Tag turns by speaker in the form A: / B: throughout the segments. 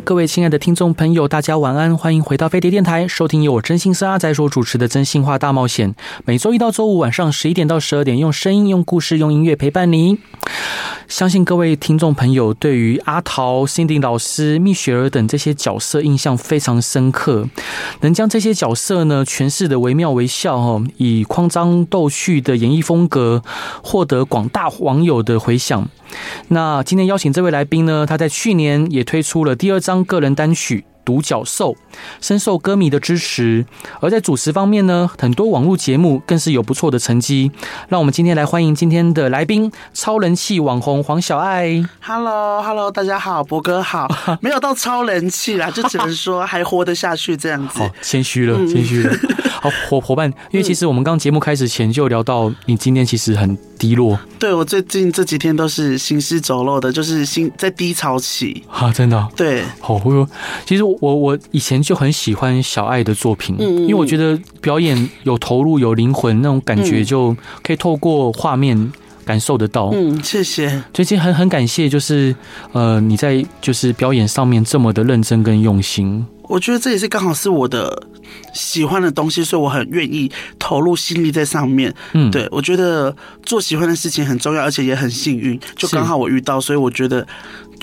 A: 各位亲爱的听众朋友，大家晚安，欢迎回到飞碟电台，收听由我真心是阿仔所主持的《真心话大冒险》，每周一到周五晚上十一点到十二点，用声音、用故事、用音乐陪伴你。相信各位听众朋友对于阿桃、Cindy 老师、蜜雪儿等这些角色印象非常深刻，能将这些角色呢诠释的惟妙惟肖哦，以夸张逗趣的演绎风格，获得广大网友的回响。那今天邀请这位来宾呢，他在去年也推出了第二张个人单曲《独角兽》，深受歌迷的支持。而在主持方面呢，很多网络节目更是有不错的成绩。让我们今天来欢迎今天的来宾，超人气网红黄小爱。
B: Hello，Hello，大家好，博 哥好，没有到超人气啦，就只能说还活得下去这样子
A: 好。，谦虚了，谦虚 了。好，伙伙伴，因为其实我们刚节目开始前就聊到，你今天其实很低落
B: 对我最近这几天都是行尸走肉的，就是心在低潮期。
A: 啊，真的啊、
B: 对，
A: 好，我有其实我我以前就很喜欢小爱的作品，
B: 嗯嗯
A: 因为我觉得表演有投入、有灵魂那种感觉，
B: 嗯
A: 就可以透过画面感受得到。
B: 嗯，谢谢，
A: 最近很很感谢，就是呃你在就是表演上面这么的认真跟用心。
B: 我觉得这也是刚好是我的喜欢的东西，所以我很愿意投入心力在上面。
A: 嗯，，
B: 对，我觉得做喜欢的事情很重要，而且也很幸运，就是刚好我遇到，所以我觉得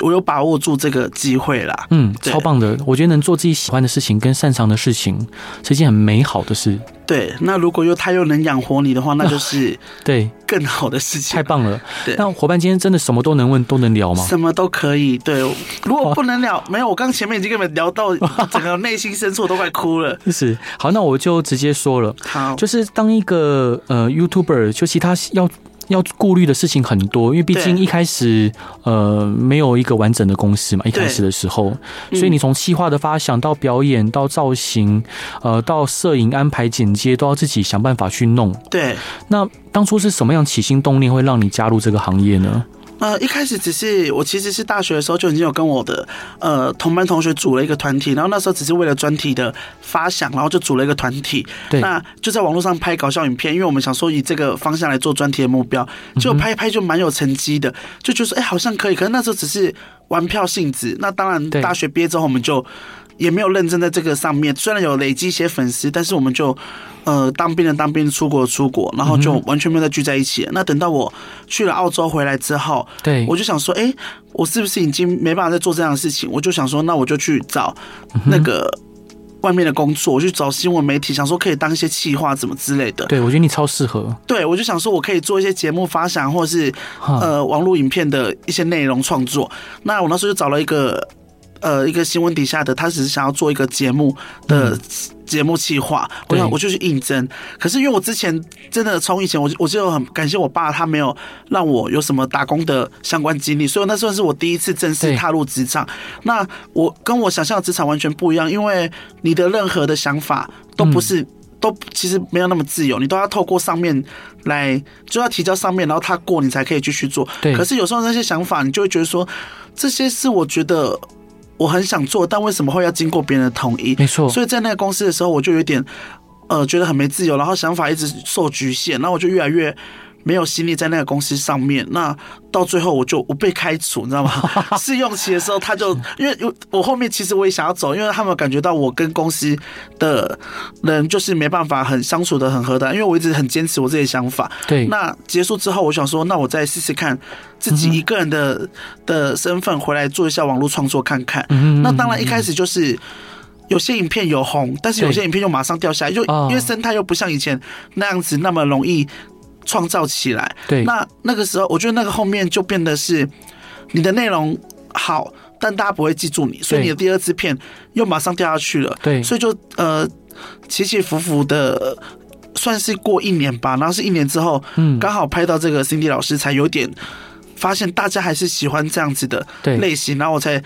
B: 我有把握住这个机会啦。
A: 嗯，
B: 对
A: 超棒的。我觉得能做自己喜欢的事情跟擅长的事情是一件很美好的事。
B: 对，那如果又他又能养活你的话，那就是
A: 对，
B: 更好的事情
A: 太。棒了
B: 对。
A: 那伙伴今天真的什么都能问，都能聊吗？
B: 什么都可以。 对，如果不能聊，没有，我刚前面已经跟你们聊到整个内心深处我都快哭了。
A: 就是好，那我就直接说了。
B: 好，
A: 就是当一个呃 YouTuber，就其他要要顾虑的事情很多，因为毕竟
B: 对
A: 一开始呃没有一个完整的公司嘛，一开始的时候，所以你从企划的发想到表演到造型，呃到摄影安排剪接都要自己想办法去弄。
B: 对，
A: 那当初是什么样起心动念会让你加入这个行业呢？
B: 呃，一开始只是我其实是大学的时候就已经有跟我的呃同班同学组了一个团体，然后那时候只是为了专题的发想，然后就组了一个团体。
A: 对
B: 那就在网络上拍搞笑影片，因为我们想说以这个方向来做专题的目标，结果
A: 嗯
B: 拍一拍就蛮有成绩的，就觉得说哎、好像可以，可是那时候只是玩票性质。那当然
A: 对
B: 大学毕业之后我们就。也没有认真在这个上面，虽然有累积一些粉丝，但是我们就，呃，当兵的当兵，出国的出国，然
A: 嗯
B: 后就完全没有再聚在一起了。那等到我去了澳洲回来之后，
A: 对，
B: 我就想说，哎、我是不是已经没办法再做这样的事情？我就想说，那我就去找那个外面的工作，我去找新闻媒体，想说可以当一些企划怎么之类的。
A: 对我觉得你超适合
B: 对，我就想说，我可以做一些节目发想，或者是
A: 哈，
B: 呃网络影片的一些内容创作。那我那时候就找了一个呃一个新闻底下的，他只是想要做一个节目的节目企划，我
A: 嗯对
B: 想我就去应征。可是因为我之前真的从以前我我就很感谢我爸，他没有让我有什么打工的相关经历，所以那算是我第一次正式
A: 对
B: 踏入职场。那我跟我想象的职场完全不一样，因为你的任何的想法都不是、
A: 嗯
B: 都其实没有那么自由，你都要透过上面来，就要提交上面，然后他过你才可以继续做。
A: 对
B: 可是有时候那些想法，你就会觉得说，这些是我觉得我很想做，但为什么会要经过别人的同意？
A: 没错，
B: 所以在那个公司的时候，我就有点呃觉得很没自由，然后想法一直受局限，然后我就越来越。没有心力在那个公司上面，那到最后我就我被开除，你知道吗？试用期的时候，他就因为我后面其实我也想要走，因为他们感觉到我跟公司的人就是没办法很相处的很合得来，因为我一直很坚持我自己的想法，
A: 对，
B: 那结束之后，我想说，那我再试试看自己一个人的、的身份回来做一下网络创作看看。
A: 嗯
B: 那当然一开始就是。有些影片有红，但是有些影片又马上掉下来，就
A: 啊
B: 因为生态又不像以前那样子那么容易创造起来。
A: 对，
B: 那那个时候，我觉得那个后面就变得是你的内容好，但大家不会记住你，所以
A: 对
B: 你的第二支片又马上掉下去了。
A: 对，
B: 所以就呃起起伏伏的，算是过一年吧。然后是一年之后，
A: 嗯，
B: 刚好拍到这个 Cindy 老师，才有点发现大家还是喜欢这样子的
A: 对，
B: 类型，然后我才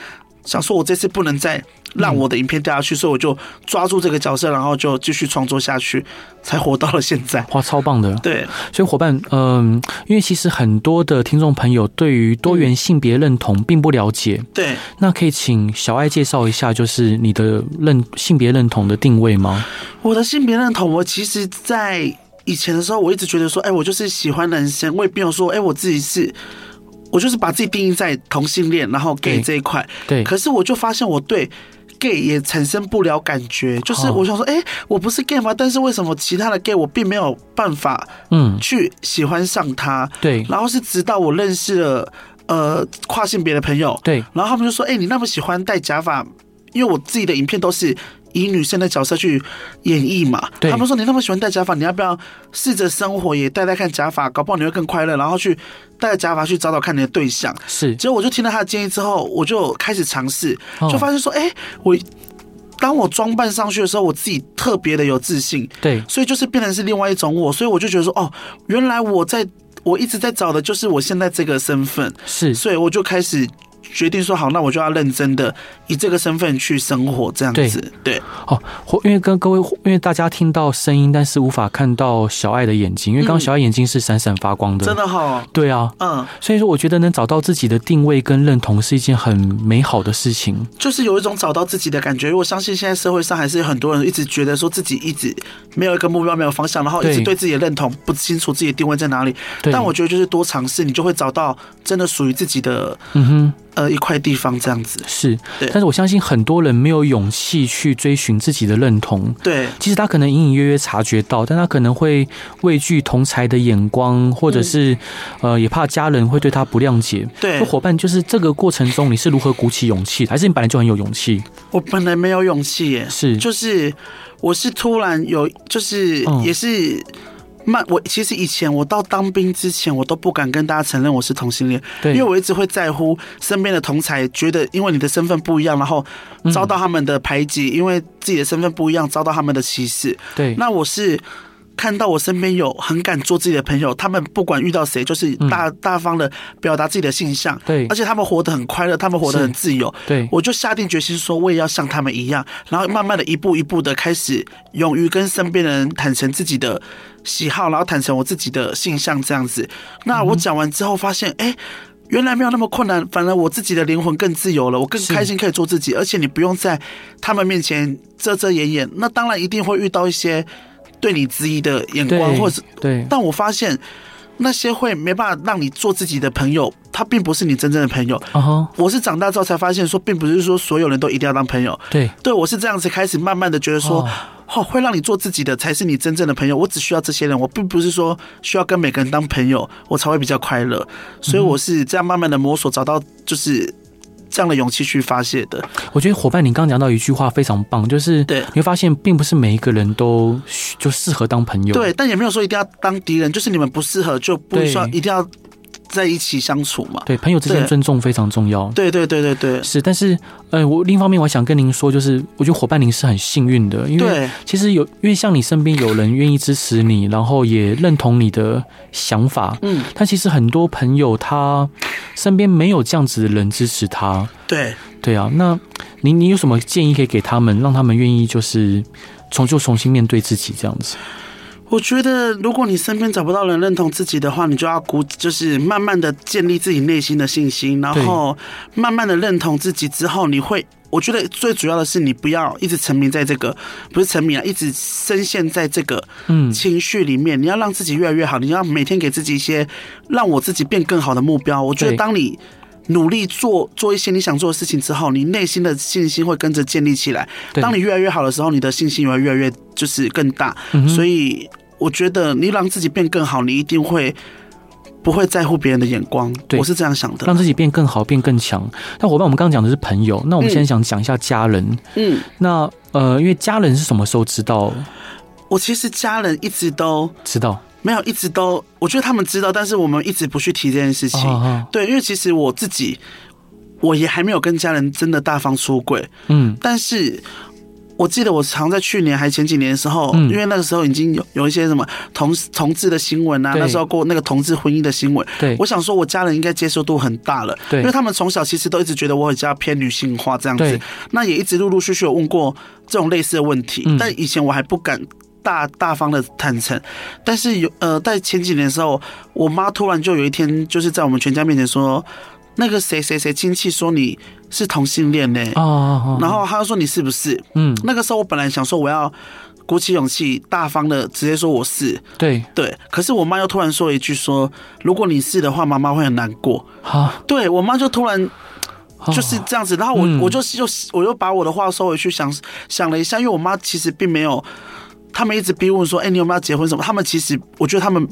B: 想说，我这次不能再让我的影片掉下去，所以我就抓住这个角色，然后就继续创作下去，才活到了现在。
A: 哇，超棒的！
B: 对，
A: 所以伙伴，嗯、因为其实很多的听众朋友对于多元性别认同并不了解，
B: 对，
A: 那可以请小爱介绍一下，就是你的认性别认同的定位吗？
B: 我的性别认同，我其实，在以前的时候，我一直觉得说，哎、我就是喜欢男生，我也没有说，哎、我自己是，我就是把自己定义在同性恋，然后
A: 对
B: gay 这一块。
A: 对，
B: 可是我就发现我对 gay 也产生不了感觉，就是
A: 哦
B: 我想说，哎、我不是 gay 吗？但是为什么其他的 gay 我并没有办法
A: 嗯，
B: 去喜欢上他？
A: 对，
B: 然后是直到我认识了呃跨性别的朋友，
A: 对，
B: 然后他们就说：“哎、你那么喜欢戴假发，因为我自己的影片都是以女生的角色去演绎嘛。”
A: 对
B: 他们说：“你那么喜欢戴假发，你要不要试着生活也戴戴看假发，搞不好你会更快乐。”然后去戴着假发去找找看你的对象。
A: 是，
B: 结果我就听到他的建议之后，我就开始尝试，就发
A: 哦、
B: 现说：“哎、我当我装扮上去的时候，我自己特别的有自信。”
A: 对，
B: 所以就是变成是另外一种我，所以我就觉得说，哦，原来我在我一直在找的就是我现在这个身份，
A: 是。
B: 所以我就开始决定说，好，那我就要认真的以这个身份去生活，这样子，对
A: 哦，或因为跟各位，因为大家听到声音，但是无法看到小爱的眼睛，因为刚刚小爱眼睛是闪闪发光的，
B: 真的哈、
A: 对啊，
B: 嗯，
A: 所以说我觉得能找到自己的定位跟认同是一件很美好的事情，
B: 就是有一种找到自己的感觉。因为我相信现在社会上还是有很多人一直觉得说自己一直没有一个目标，没有方向，然后一直
A: 对
B: 对自己的认同不清楚自己的定位在哪里。
A: 对，
B: 但我觉得就是多尝试，你就会找到真的属于自己的
A: 嗯哼。
B: 呃一块地方，这样子。
A: 是，
B: 对
A: 但是我相信很多人没有勇气去追寻自己的认同。
B: 对，
A: 其实他可能隐隐约约察觉到，但他可能会畏惧同才的眼光，或者是、呃，也怕家人会对他不谅解。
B: 嗯对
A: 就伙伴，就是这个过程中，你是如何鼓起勇气的？还是你本来就很有勇气？
B: 我本来没有勇气耶，
A: 是，
B: 就是我是突然有，就是
A: 嗯
B: 也是慢。我其实以前我到当兵之前，我都不敢跟大家承认我是同性恋，
A: 对
B: 因为我一直会在乎身边的同才，觉得因为你的身份不一样，然后
A: 嗯
B: 遭到他们的排挤，因为自己的身份不一样，遭到他们的歧视。
A: 对，
B: 那我是。看到我身边有很敢做自己的朋友，他们不管遇到谁，就是大、大方的表达自己的性向，
A: 嗯对
B: 而且他们活得很快乐，他们活得很
A: 是
B: 自由，
A: 对，
B: 我就下定决心说，我也要像他们一样，然后慢慢的一步一步的开始勇于跟身边的人坦诚自己的喜好，然后坦诚我自己的性向这样子。那我讲完之后发现，哎、原来没有那么困难，反而我自己的灵魂更自由了，我更
A: 是
B: 开心可以做自己，而且你不用在他们面前遮遮掩掩。那当然一定会遇到一些对你质疑的眼光，
A: 对，
B: 或者，
A: 对，
B: 但我发现那些会没办法让你做自己的朋友，他并不是你真正的朋友，
A: 啊哈，
B: 我是长大之后才发现，说并不是说所有人都一定要当朋友。
A: 对，
B: 对我是这样子开始慢慢的觉得说
A: 哦，
B: 哦，会让你做自己的才是你真正的朋友。我只需要这些人，我并不是说需要跟每个人当朋友，我才会比较快乐。所以我是这样慢慢的摸索，找到就是这样的勇气去发泄的。
A: 我觉得伙伴，你刚刚讲到一句话非常棒，就是
B: 对
A: 你会发现，并不是每一个人都需就适合当朋友。
B: 对，但也没有说一定要当敌人，就是你们不适合，就不
A: 对
B: 需要一定要在一起相处嘛。
A: 对，朋友之间
B: 对
A: 尊重非常重要。
B: 对对对对对
A: 是，但是，呃，我另一方面我还想跟您说，就是我觉得伙伴您是很幸运的，因为
B: 对
A: 其实有，因为像你身边有人愿意支持你，然后也认同你的想法，
B: 嗯，
A: 但其实很多朋友他身边没有这样子的人支持他，
B: 对。
A: 对啊，那您您有什么建议可以给他们，让他们愿意就是重就重新面对自己这样子？
B: 我觉得，如果你身边找不到人认同自己的话，你就要鼓，就是慢慢的建立自己内心的信心，然后慢慢的认同自己之后，你会。我觉得最主要的是，你不要一直沉迷在这个，不是沉迷啊，一直深陷在这个
A: 嗯，
B: 情绪里面。你要让自己越来越好，你要每天给自己一些让我自己变更好的目标。我觉得，
A: 对
B: 当你努力做做一些你想做的事情之后，你内心的信心会跟着建立起来。
A: 对
B: 当你越来越好的时候，你的信心也会越来越就是更大。
A: 嗯哼
B: 所以我觉得你让自己变更好，你一定会不会在乎别人的眼光。
A: 对
B: 我是这样想的。
A: 让自己变更好，变更强。那伙伴，我们刚刚讲的是朋友，那我们
B: 嗯
A: 现在想讲一下家人。
B: 嗯，
A: 那呃，因为家人是什么时候知道？
B: 我其实家人一直都
A: 知道
B: 没有，一直都，我觉得他们知道，但是我们一直不去提这件事情。
A: 啊，
B: 对，因为其实我自己，我也还没有跟家人真的大方出轨，
A: 嗯，
B: 但是。我记得我常在去年还前几年的时候，
A: 嗯
B: 因为那个时候已经有有一些什么同同志的新闻啊，
A: 对
B: 那时候过那个同志婚姻的新闻，
A: 对
B: 我想说我家人应该接受度很大了，
A: 对
B: 因为他们从小其实都一直觉得我很较偏女性化这样子
A: 对，
B: 那也一直陆陆续续有问过这种类似的问题，
A: 嗯
B: 但以前我还不敢。大大方的坦诚，但是有呃，在前几年的时候，我妈突然就有一天，就是在我们全家面前说，那个谁谁谁亲戚说你是同性恋呢、
A: 哦哦，哦
B: 然后他就说你是不是？
A: 嗯，
B: 那个时候我本来想说我要鼓起勇气，大方的直接说我是
A: 对，
B: 对，可是我妈又突然说了一句说，如果你是的话，妈妈会很难过。
A: 好，
B: 对我妈就突然
A: 哦
B: 就是这样子，然后我、
A: 嗯
B: 我就又我又把我的话收回去想想了一下，因为我妈其实并没有，他们一直逼问说，哎、你有没有要结婚什么？他们其实我觉得他们。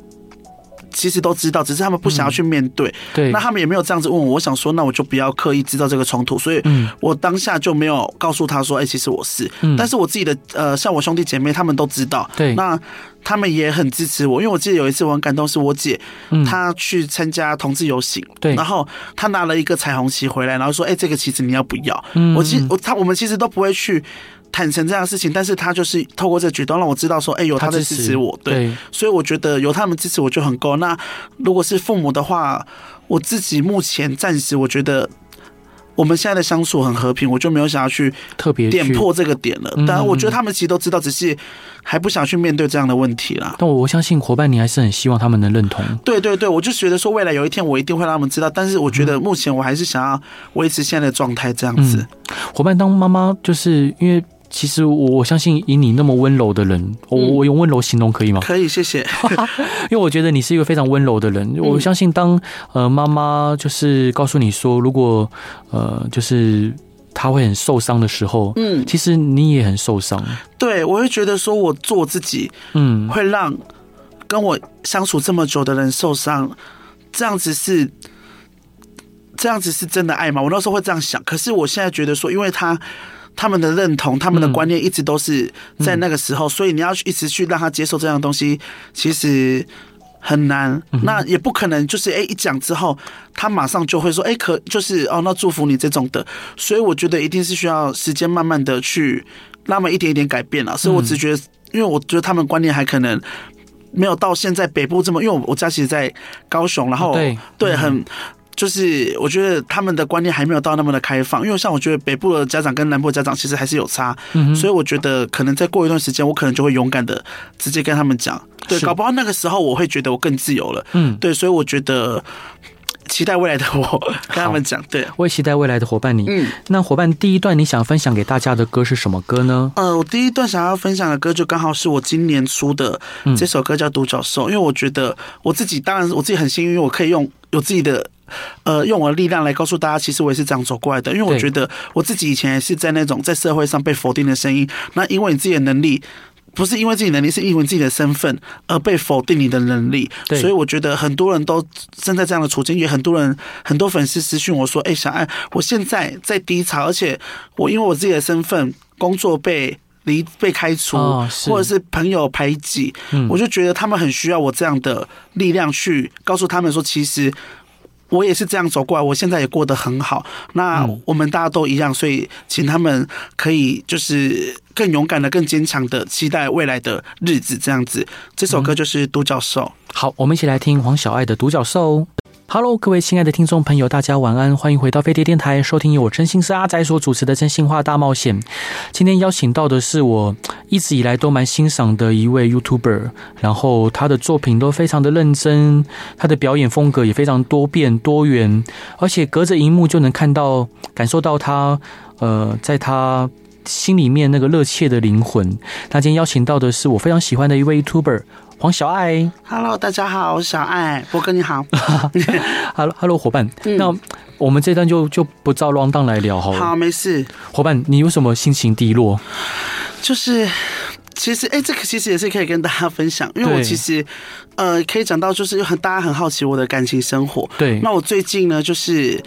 B: 其实都知道，只是他们不想要去面对。
A: 对
B: 那，他们也没有这样子问我。我想说，那我就不要刻意制造这个冲突，所以
A: 嗯
B: 我当下就没有告诉他说，哎、其实我是。
A: 嗯
B: 但是我自己的呃，像我兄弟姐妹他们都知道，
A: 对
B: 那他们也很支持我，因为我记得有一次我很感动，是我姐，
A: 嗯
B: 她去参加同志游行，
A: 对
B: 然后她拿了一个彩虹旗回来，然后说，哎、这个旗子你要不要？
A: 嗯
B: 我其我她我们其实都不会去。坦诚这样的事情，但是她就是透过这个举动让我知道说，哎、有她在支持我，对，
A: 对，
B: 所以我觉得有他们支持我就很够。那如果是父母的话，我自己目前暂时我觉得我们现在的相处很和平，我就没有想要去
A: 特别
B: 点
A: 去
B: 破这个点了
A: 嗯。
B: 当然，我觉得他们其实都知道，只是还不想去面对这样的问题啦。
A: 但我我相信伙伴，你还是很希望他们能认同。
B: 对对对，我就觉得说未来有一天我一定会让他们知道，但是我觉得目前我还是想要维持现在的状态这样子。
A: 伙伴当妈妈，就是因为其实我我相信以你那么温柔的人，我
B: 嗯
A: 我我用温柔形容可以吗？
B: 可以，谢谢。
A: 因为我觉得你是一个非常温柔的人。
B: 嗯
A: 我相信当呃妈妈就是告诉你说，如果呃就是她会很受伤的时候，
B: 嗯，
A: 其实你也很受伤。
B: 对，我会觉得说我做我自己，
A: 嗯，
B: 会让跟我相处这么久的人受伤，这样子是这样子是真的爱吗？我那时候会这样想，可是我现在觉得说，因为他他们的认同、他们的观念一直都是在那个时候，所以你要去一直去让他接受这样的东西，其实。很难，那也不可能，就是哎、一讲之后，他马上就会说，哎、可就是哦，那祝福你这种的，所以我觉得一定是需要时间，慢慢的去让他们一点一点改变了。啊所以我只觉得，因为我觉得他们观念还可能没有到现在北部这么，因为我我家其实在高雄，然后、
A: 对嗯
B: 很。就是我觉得他们的观念还没有到那么的开放，因为像我觉得北部的家长跟南部的家长其实还是有差，
A: 嗯
B: 所以我觉得可能再过一段时间，我可能就会勇敢的直接跟他们讲，对，
A: 是
B: 搞不好那个时候我会觉得我更自由了，
A: 嗯
B: 对，所以我觉得期待未来的我跟他们讲，对，
A: 我也期待未来的伙伴你。
B: 嗯，
A: 那伙伴第一段你想分享给大家的歌是什么歌呢？
B: 呃，我第一段想要分享的歌就刚好是我今年出的
A: 嗯
B: 这首歌叫《独角兽》，因为我觉得我自己当然我自己很幸运，因为我可以用有自己的。呃，用我的力量来告诉大家，其实我也是这样走过来的。因为我
A: 对
B: 觉得我自己以前也是在那种在社会上被否定的声音，那因为你自己的能力，不是因为自己能力，是因为自己的身份而被否定你的能力。
A: 对
B: 所以我觉得很多人都正在这样的处境，也很多人很多粉丝私讯我说：“哎、小爱，我现在在低潮，而且我因为我自己的身份，工作被离被开除，
A: 哦是嗯
B: 或者是朋友排挤，我就觉得他们很需要我这样的力量去告诉他们说，其实。”我也是这样走过来，我现在也过得很好。那
A: 嗯
B: 我们大家都一样，所以请他们可以就是更勇敢的、更坚强的期待未来的日子，这样子。
A: 嗯
B: 这首歌就是《独角兽》。
A: 好，我们一起来听黄小爱的《独角兽》。Hello，各位亲爱的听众朋友，大家晚安，欢迎回到飞碟电台，收听由我真心是阿仔所主持的《真心话大冒险》。今天邀请到的是我一直以来都蛮欣赏的一位 YouTuber，然后他的作品都非常的认真，他的表演风格也非常多变多元，而且隔着荧幕就能看到、感受到他，呃，在他。心里面那个热切的灵魂。那今天邀请到的是我非常喜欢的一位 YouTuber 黄小爱。
B: Hello，大家好，我是小爱，波哥你好，
A: Hello Hello 伙伴，那我们这段就就不照 round down 来聊好了。
B: 嗯好，没事。
A: 伙伴，你为什么心情低落？
B: 就是其实，哎、这个其实也是可以跟大家分享，因为
A: 对
B: 我其实呃
A: 嗯
B: 可以讲到，就是很大家很好奇我的感情生活。
A: 对，
B: 那我最近呢，就是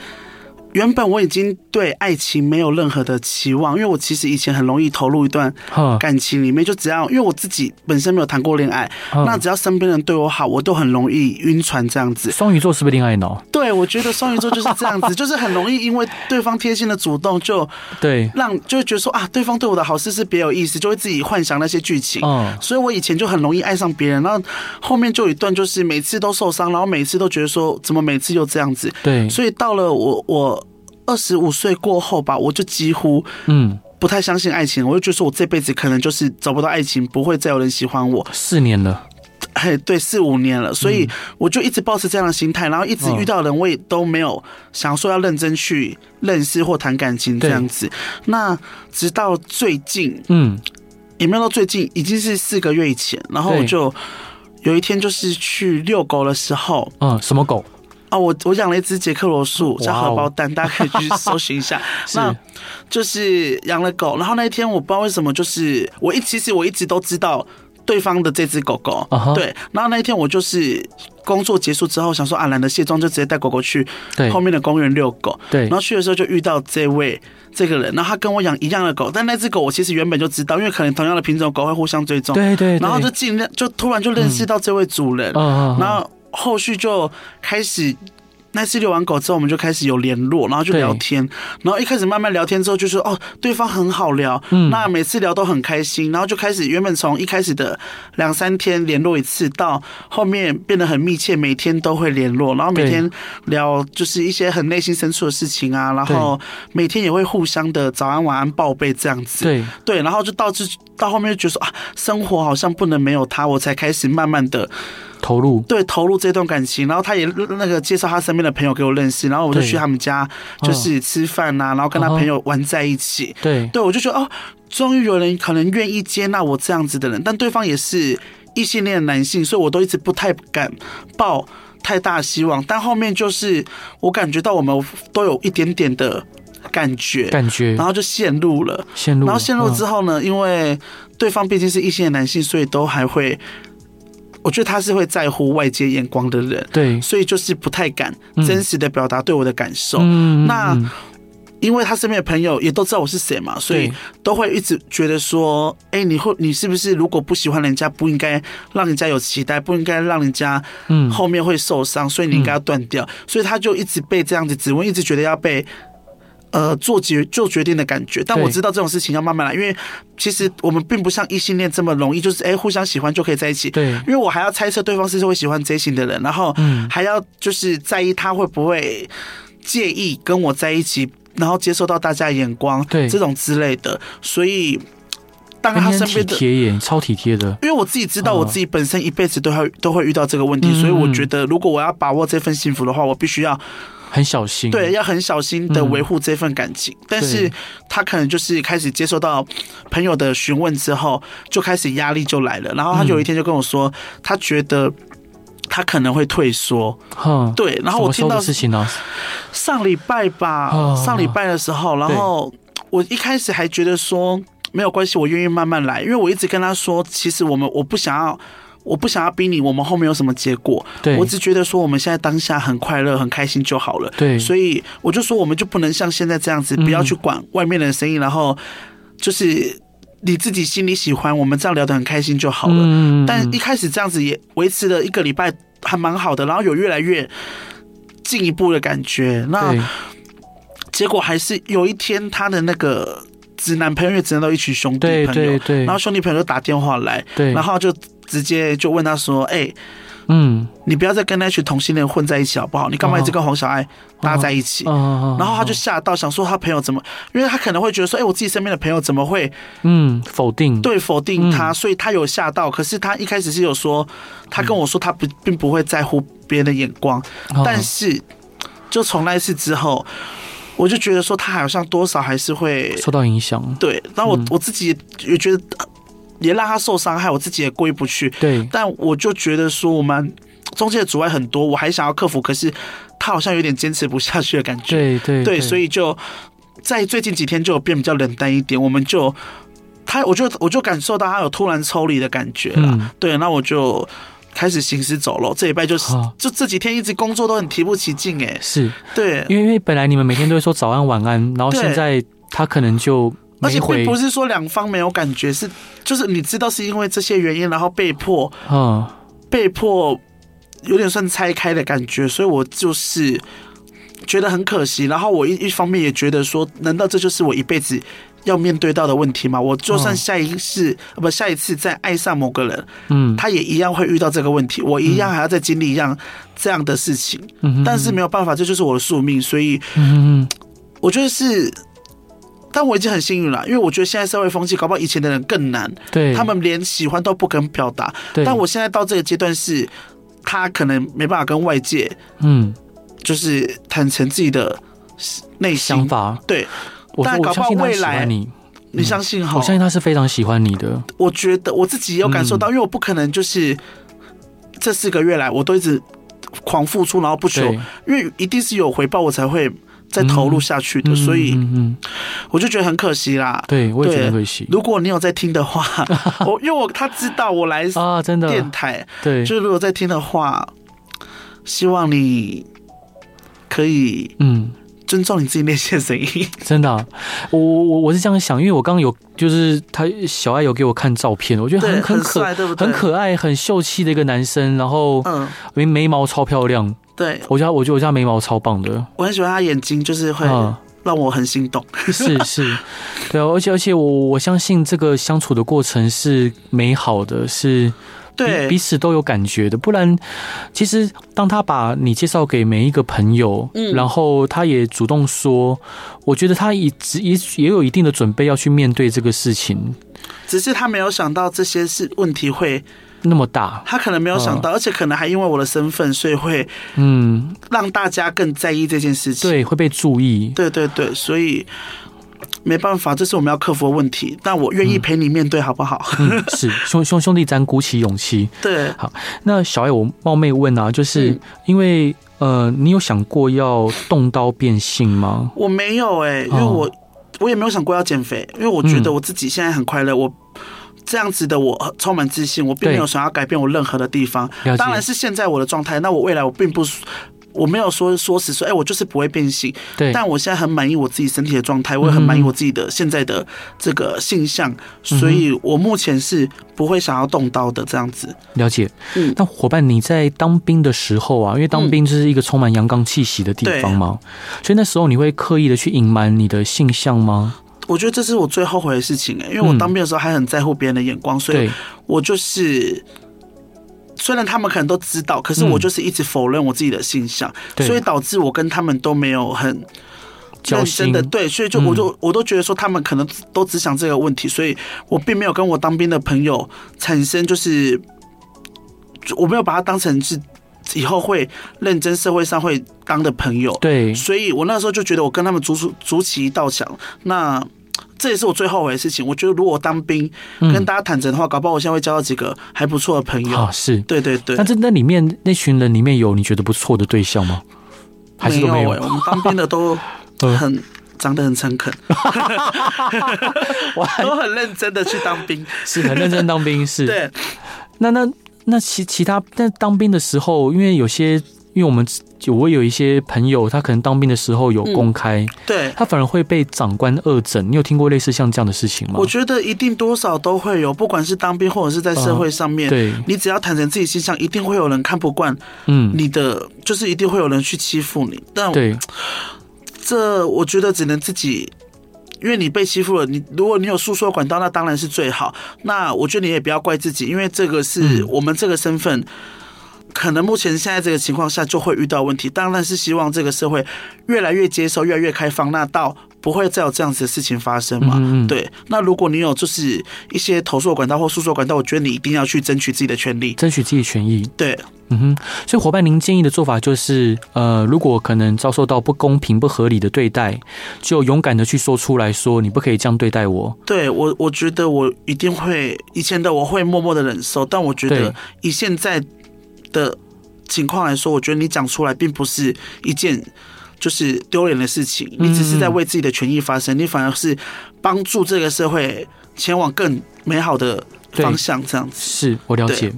B: 原本我已经对爱情没有任何的期望，因为我其实以前很容易投入一段
A: 哈，
B: 感情里面，就只要因为我自己本身没有谈过恋爱，
A: 嗯
B: 那只要身边人对我好，我都很容易晕船这样子。
A: 双鱼座是不是恋爱脑？
B: 对，我觉得双鱼座就是这样子， 就是很容易因为对方贴心的主动，就
A: 对，
B: 让就会觉得说啊，对方对我的好事是别有意思，就会自己幻想那些剧情。
A: 嗯，
B: 所以我以前就很容易爱上别人，然后后面就有一段就是每次都受伤，然后每次都觉得说怎么每次又这样子，
A: 对，
B: 所以到了我我二十五岁过后吧，我就几乎
A: 嗯，
B: 不太相信爱情，我就觉得说我这辈子可能就是找不到爱情，不会再有人喜欢我。
A: 四年了，
B: 嘿，对，四五年
A: 嗯
B: 了，所以我就一直保持这样的心态，然后一直遇到人，我也都没有想说要认真去认识或谈感情这样子。那直到最近，
A: 嗯，
B: 也没有到最近，已经是四个月以前，然后我
A: 对
B: 就有一天就是去遛狗的时候，
A: 嗯，什么狗？
B: 啊，我我养了一只杰克罗素，叫荷包蛋，大家可以去搜寻一下。
A: 哦 是
B: 那就是养了狗，然后那一天我不知道为什么，就是我一其实我一直都知道对方的这只狗狗
A: 啊哈
B: 对。然后那一天我就是工作结束之后，想说啊，懒得卸妆，就直接带狗狗去
A: 对
B: 后，面的公园遛狗。
A: 对
B: 然，后去的时候就遇到这位这个人，然后他跟我养一样的狗，但那只狗我其实原本就知道，因为可能同样的品种狗会互相追踪，
A: 对对，
B: 然后就
A: 对，
B: 尽量就突然就认识到这位主人，
A: 嗯嗯，
B: 然后后续就开始。那次遛完狗之后，我们就开始有联络，然后就
A: 对
B: 聊天，然后一开始慢慢聊天之后，就说哦，对方很好聊，
A: 嗯
B: 那每次聊都很开心，然后就开始原本从一开始的两三天联络一次，到后面变得很密切，每天都会联络，然后每
A: 对
B: 天聊就是一些很内心深处的事情啊，然后每天也会互相的早安晚安报备这样子，
A: 对，
B: 对，然后就到这到后面就觉得说啊，生活好像不能没有他，我才开始慢慢的
A: 投入，
B: 对投入这段感情，然后他也那个介绍他身边的朋友给我认识，然后我就
A: 对嗯
B: 去他们家就是吃饭啊呐、然后跟他
A: 嗯哼
B: 朋友玩在一起。
A: 对，
B: 对，我就觉得哦，终于有人可能愿意接纳我这样子的人，但对方也是异性恋男性，所以我都一直不太敢抱太大希望。但后面就是我感觉到我们都有一点点的感觉，
A: 感觉
B: 然后就陷入了。
A: 陷入了，嗯
B: 然后陷入之
A: 后，
B: 后呢，因为对方毕竟是异性的男性，所以都还会，我觉得他是会在乎外界眼光的人，
A: 对，
B: 所以就是不太敢
A: 嗯
B: 真实的表达对我的感受。
A: 嗯，
B: 那
A: 嗯
B: 因为他身边的朋友也都知道我是谁嘛，所以
A: 对
B: 都会一直觉得说，哎、你会你是不是如果不喜欢人家，不应该让人家有期待，不应该让人家
A: 嗯，
B: 后面会受伤，所以你应该要断掉。所以他就一直被这样子质问，一直觉得要被。呃，做决做决定的感觉，但
A: 对
B: 我知道这种事情要慢慢来，因为其实我们并不像异性恋这么容易，就是哎、互相喜欢就可以在一起。
A: 对
B: 因为我还要猜测对方是不是会喜欢 J 型的人，然后
A: 嗯
B: 还要就是在意他会不会介意跟我在一起，然后接受到大家的眼光，
A: 对
B: 这种之类的。所以，当然他
A: 哎你
B: 身
A: 很
B: 边
A: 体
B: 的
A: 贴耶，超体贴的，
B: 因为我自己知
A: 嗯
B: 道，我自己本身一辈子都会都会遇到这个问题，
A: 嗯
B: 所以我觉得，如果我要把握这份幸福的话，我必须要
A: 很小心，
B: 对要很小心的
A: 嗯
B: 维护这份感情。但是
A: 对
B: 他可能就是开始接受到朋友的询问之后，就开始压力就来了。然后他
A: 嗯
B: 有一天就跟我说，他觉得他可能会退缩。
A: 哼，
B: 对，然后我
A: 什么时候
B: 听到
A: 的事情呢？
B: 上礼拜吧，
A: 哦
B: 上礼拜的时候，然后我一开始还觉得说没有关系，我愿意慢慢来，因为我一直跟他说，其实我们我不想要。我不想要逼你，我们后面有什么结果？
A: 对
B: 我只觉得说我们现在当下很快乐、很开心就好了。
A: 对
B: 所以我就说我们就不能像现在这样子，
A: 嗯
B: 不要去管外面的声音，然后就是你自己心里喜欢，我们这样聊得很开心就好了。
A: 嗯
B: 但一开始这样子也维持了一个礼拜，还蛮好的，然后有越来越进一步的感觉。那
A: 对
B: 结果还是有一天，他的那个直男朋友，因为直男都一群兄弟朋
A: 对
B: 友，
A: 对对，
B: 然后兄弟朋友就打电话来，
A: 对，
B: 然后就直接就问他说：“哎、
A: 嗯，
B: 你不要再跟那群同性恋混在一起好不好？你干嘛一直跟黄小
A: 哦
B: 爱搭在一起？”
A: 然
B: 然后他就吓到，想说他朋友怎么，因为他可能会觉得说，哎、我自己身边的朋友怎么会
A: 嗯否定，
B: 对否定他，
A: 嗯
B: 所以他有吓到。可是他一开始是有说，他跟我说他不并不会在乎别人的眼光，
A: 嗯，
B: 但是就从那一次之后，我就觉得说他好像多少还是会
A: 受到影响，
B: 对，然后我、我自己也也觉得呃也让他受伤害，我自己也过意不去。
A: 对
B: 但我就觉得说我们中间的阻碍很多，我还想要克服，可是他好像有点坚持不下去的感觉。
A: 对对
B: 对，所以就在最近几天就有变比较冷淡一点，我们就他，我就我就感受到他有突然抽离的感觉了，
A: 嗯
B: 对，那我就。开始行尸走肉，这礼拜就
A: 哦
B: 就这几天一直工作都很提不起劲哎，
A: 是
B: 对，
A: 因为因为本来你们每天都会说早安晚安，然后现在他可能就
B: 而且
A: 没
B: 并
A: 回
B: 不，是说两方没有感觉，是就是你知道是因为这些原因，然后被迫
A: 嗯，
B: 被迫有点算拆开的感觉，所以我就是觉得很可惜。然后我一一方面也觉得说，难道这就是我一辈子要面对到的问题吗？我就算
A: 嗯
B: 下一世、呃不下一次再爱上某个人，
A: 嗯
B: 他也一样会遇到这个问题，我一样还要再经历一样这样的事情。
A: 嗯哼，
B: 但是没有办法，这就是我的宿命，所以
A: 嗯嗯
B: 我觉得是。但我已经很幸运了，因为我觉得现在社会风气，搞不好以前的人更难，
A: 嗯，对，
B: 他们连喜欢都不肯表达。
A: 对，
B: 但我现在到这个阶段是，他可能没办法跟外界
A: 嗯
B: 就是坦诚自己的内心
A: 想。法，
B: 对，
A: 我说
B: 但
A: 我
B: 搞不
A: 相
B: 好
A: 信他
B: 未
A: 喜
B: 来哦
A: 欢你，
B: 你相信哈
A: 我？相信他是非常喜欢你的，
B: 我觉得我自己也有感受
A: 嗯
B: 到，因为我不可能就是这四个月来我都一直狂付出，然后不求，
A: 对，
B: 因为一定是有回报我才会再投入下去的，
A: 嗯
B: 所以
A: 嗯嗯，嗯
B: 我就觉得很可惜啦。
A: 对我也觉得
B: 对
A: 很可惜
B: 如果你有在听的 话，我因为我他知道我来
A: 啊，真的，
B: 电台，
A: 对
B: 就，是如果在听的话，希望你可以
A: 嗯。
B: 尊重你自己内心的声音。
A: 真的啊、我我我是这样想，因为我刚刚有就是他小爱有给我看照片，我觉得
B: 对，
A: 很
B: 很
A: 可
B: 帅，对不对？
A: 很可爱、很秀气的一个男生，然后
B: 嗯，
A: 眉眉毛超漂亮，
B: 对，
A: 我觉得他我觉得我家眉毛超棒的，
B: 我很喜欢他眼睛，就是会
A: 嗯，
B: 让我很心动。
A: 是是，对啊，而且而且我我相信这个相处的过程是美好的，是彼
B: 对
A: 彼，此都有感觉的，不然，其实当他把你介绍给每一个朋友，
B: 嗯
A: 然后他也主动说，我觉得他也只也也有一定的准备要去面对这个事情
B: 只是他没有想到这些是问题会，
A: 那么大，
B: 他可能没有想到，而且可能还因为我的身份，所以会
A: 嗯，
B: 让大家更在意这件事情。
A: 对，会被注意，
B: 对对对，所以没办法，这是我们要克服的问题。但我愿意陪你面对，好不好？
A: 嗯，是兄兄兄弟，咱鼓起勇气。
B: 对，
A: 那小爱，我冒昧问啊，就是
B: 嗯
A: 因为呃，你有想过要动刀变性吗？
B: 我没有哎、因为
A: 哦
B: 我、我也没有想过要减肥，因为我觉得
A: 嗯
B: 我自己现在很快乐，我。这样子的我呃充满自信，我并
A: 对
B: 没有想要改变我任何的地方
A: 了解。
B: 当然是现在我的状态。那我未来我并不，我没有说说死说，哎、我就是不会变性。
A: 对，
B: 但我现在很满意我自己身体的状态，我也很满意我自己的现在的这个性
A: 嗯
B: 向，所以我目前是不会想要动刀的这样子。
A: 了解。
B: 嗯
A: 那伙伴，你在当兵的时候啊，因为当兵就是一个充满阳刚气息的地方嘛，
B: 嗯
A: 所以那时候你会刻意的去隐瞒你的性向吗？
B: 我觉得这是我最后悔的事情、欸，因为我
A: 嗯
B: 当兵的时候还很在乎别人的眼光，所以
A: 对，
B: 我就是。虽然他们可能都知道，可是
A: 嗯
B: 我就是一直否认我自己的性向，
A: 对
B: 所以导致我跟他们都没有很
A: 交
B: 认
A: 心
B: 真的对，所以就
A: 嗯
B: 我就、我都觉得说他们可能都只想这个问题，所以我并没有跟我当兵的朋友产生就是，就我没有把他当成是以后会认真社会上会当的朋友，
A: 对，
B: 所以我那时候就觉得我跟他们筑出筑起一道墙，那。这也是我最后悔的事情。我觉得如果我当兵，跟
A: 嗯，
B: 大家坦诚的话，搞不好我现在会交到几个还不错的朋友。
A: 啊是。
B: 对对对
A: 那，这那里面那群人里面有你觉得不错的对象吗？还是都没
B: 有
A: 有？
B: 欸我们当兵的都
A: 嗯
B: 很长得很诚恳，
A: 哇，
B: 都很认真的去当兵。
A: 是很认真当兵是。
B: 对，
A: 那那那其其他在当兵的时候，因为有些，因为我们我有一些朋友，他可能当兵的时候有
B: 嗯
A: 公开，
B: 对，
A: 他反而会被长官恶整。你有听过类似像这样的事情吗
B: 我？觉得一定多少都会有，不管是当兵或者是在社会上面，
A: 对，
B: 你只要坦诚自己形象，一定会有人看不惯
A: 嗯，
B: 你的，就是一定会有人去欺负你。但
A: 对，嗯
B: 这我觉得只能自己。因为你被欺负了，你如果你有诉说管道，那当然是最好。那我觉得你也不要怪自己，因为这个是
A: 嗯
B: 我们这个身份，可能目前现在这个情况下就会遇到问题。当然是希望这个社会越来越接受，越来越开放，那到不会再有这样子的事情发生嘛。
A: 嗯嗯嗯
B: 对。那如果你有就是一些投诉管道或诉说管道，我觉得你一定要去争取自己的权利。
A: 争取自己的权益。
B: 对，
A: 嗯哼，所以伙伴，您建议的做法就是，呃，如果可能遭受到不公平、不合理的对待，就勇敢的去说出来说，你不可以这样对待我。
B: 对我，我觉得我一定会，以前的我会默默的忍受，但我觉
A: 对
B: 得以现在的情况来说，我觉得你讲出来并不是一件就是丢脸的事情，
A: 嗯
B: 你只是在为自己的权益发声，你反而是帮助这个社会前往更美好的
A: 对
B: 方向这样子。
A: 是我了解，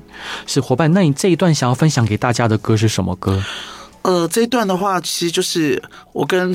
A: 是伙伴。那你这一段想要分享给大家的歌是什么歌？
B: 呃，这一段的话，其实就是我跟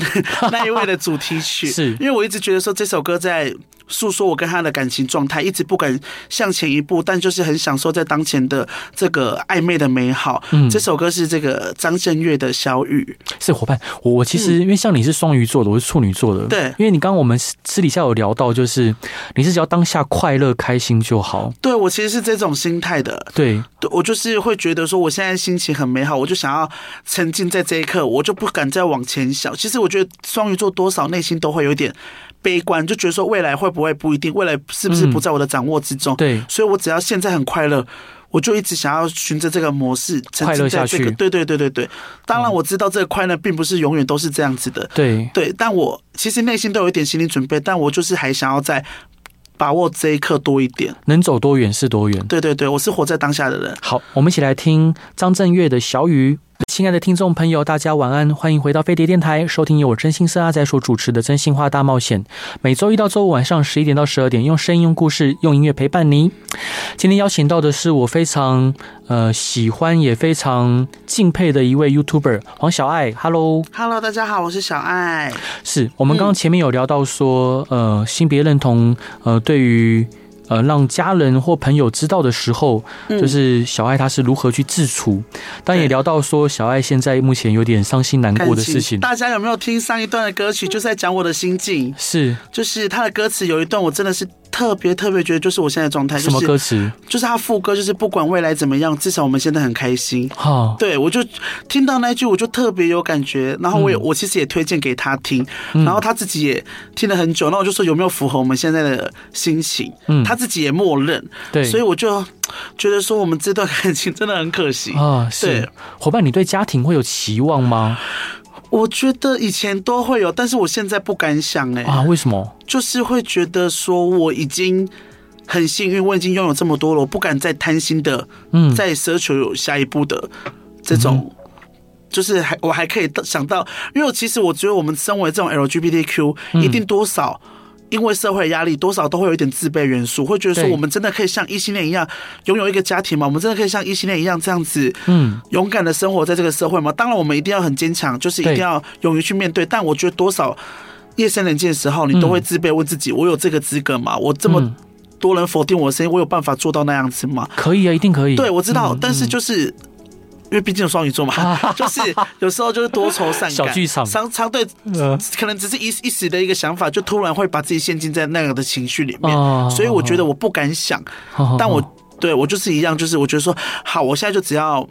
B: 那一位的主题曲，
A: 是
B: 因为我一直觉得说这首歌在诉说我跟他的感情状态，一直不敢向前一步，但就是很享受在当前的这个暧昧的美好。嗯，这首歌是这个张震岳的《小雨》，
A: 是伙伴，我我其实、因为像你是双鱼座的，我是处女座的，
B: 嗯对
A: 因为你刚刚我们私私底下有聊到，就是你是只要当下快乐开心就好，
B: 对我其实是这种心态的，
A: 对，
B: 对我就是会觉得说，我现在心情很美好，我就想要沉浸在这一刻，我就不敢再往前想。其实我觉得双鱼座多少内心都会有一点悲观，就觉得说未来会不会不一定，未来是不是不在我的掌握之中。
A: 嗯对
B: 所以我只要现在很快乐。我就一直想要循着这个模式沉
A: 快乐
B: 浸在
A: 下
B: 这个，
A: 去嗯
B: 对对对对对。当然我知道这个快乐并不是永远都是这样子的，
A: 对，
B: 对。但我其实内心都有一点心理准备，但我就是还想要再把握这一刻多一点。
A: 能走多远是多远。
B: 对对对，我是活在当下的人。
A: 好，我们一起来听张震岳的《小雨》。亲爱的听众朋友，大家晚安，欢迎回到飞碟电台，收听由我真心社阿仔所主持的《真心话大冒险》，每周一到周五晚上十一点到十二点，用声音、用故事、用音乐陪伴你。今天邀请到的是我非常呃喜欢也非常敬佩的一位 YouTuber 黄小爱，Hello。
B: Hello，大家好，我是小爱。
A: 是我们
B: 嗯
A: 刚刚前面有聊到说，呃，性别认同，呃，对于呃让家人或朋友知道的时候，就是小爱她是如何去自处，但也
B: 嗯对
A: 聊到说小爱现在目前有点伤心难
B: 感
A: 过的
B: 情
A: 事情，
B: 大家有没有听上一段的歌曲？就是在讲我的心境，
A: 是
B: 就是他的歌词有一段，我真的是特别特别觉得，就是我现在的状态，
A: 什
B: 就
A: 么
B: 是
A: 歌词？
B: 就是他副歌，就是不管未来怎么样，至少我们现在很开心。
A: 哈、
B: 对，我就听到那一句，我就特别有感觉。然后我也、
A: 嗯
B: 我其实也推荐给他听，然后他自己也听了很久。那我就说有没有符合我们现在的心情？
A: 嗯
B: 他自己也默认。
A: 对，
B: 所以我就觉得说，我们这段感情真的很可惜。
A: 啊，是
B: 对
A: 伙伴，你对家庭会有期望吗？
B: 我觉得以前都会有，但是我现在不敢想哎、
A: 啊，为什么？
B: 就是会觉得说我已经很幸运，我已经拥有这么多了，我不敢再贪心的，
A: 嗯
B: 再奢求有下一步的这种，就是还我还可以到想到，因为我其实我觉得我们身为这种 LGBTQ，、一
A: 嗯
B: 定多少。因为社会压力，多少都会有一点自卑元素，会觉得说
A: 对
B: 我们真的可以像异性恋一样拥有一个家庭吗？我们真的可以像异性恋一样这样子，
A: 嗯，
B: 勇敢的生活在这个社会吗？当然，我们一定要很坚强，就是一
A: 对
B: 定要勇于去面对。但我觉得多少夜深人静的时候，你都会自卑问自己：我有这个资格吗？我这么
A: 嗯
B: 多人否定我的声音，我有办法做到那样子吗？
A: 可以啊，一定可以。
B: 对，我知道，但是就是。因为毕竟有双鱼座嘛， 就是有时候就是多愁善感，
A: 嗯小剧场
B: 常常对，
A: 呃
B: 可能只是一一时的一个想法，就突然会把自己陷进在那样的情绪里面，
A: 哦
B: 所以我觉得我不敢想，
A: 好好
B: 但我
A: 好
B: 对我就是一样，就是我觉得说，好，我现在就只要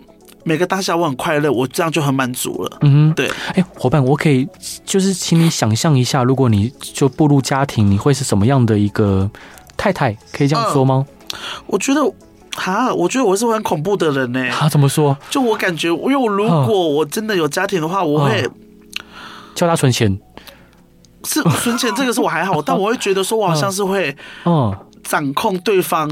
B: 每个当下我很快乐，我这样就很满足了。
A: 嗯哼。
B: 对，
A: 哎，伙伴，我可以就是请你想象一下，如果你就步入家庭，你会是什么样的一个太太？可以这样说吗？
B: 我觉得。哈，我觉得我是会很恐怖的人呢、
A: 啊，怎么说？
B: 就我感觉，因为我如果我真的有家庭的话，我会
A: 叫他存钱？
B: 是存钱这个是我还好，但我会觉得说，我好像是会
A: 嗯，
B: 掌控对方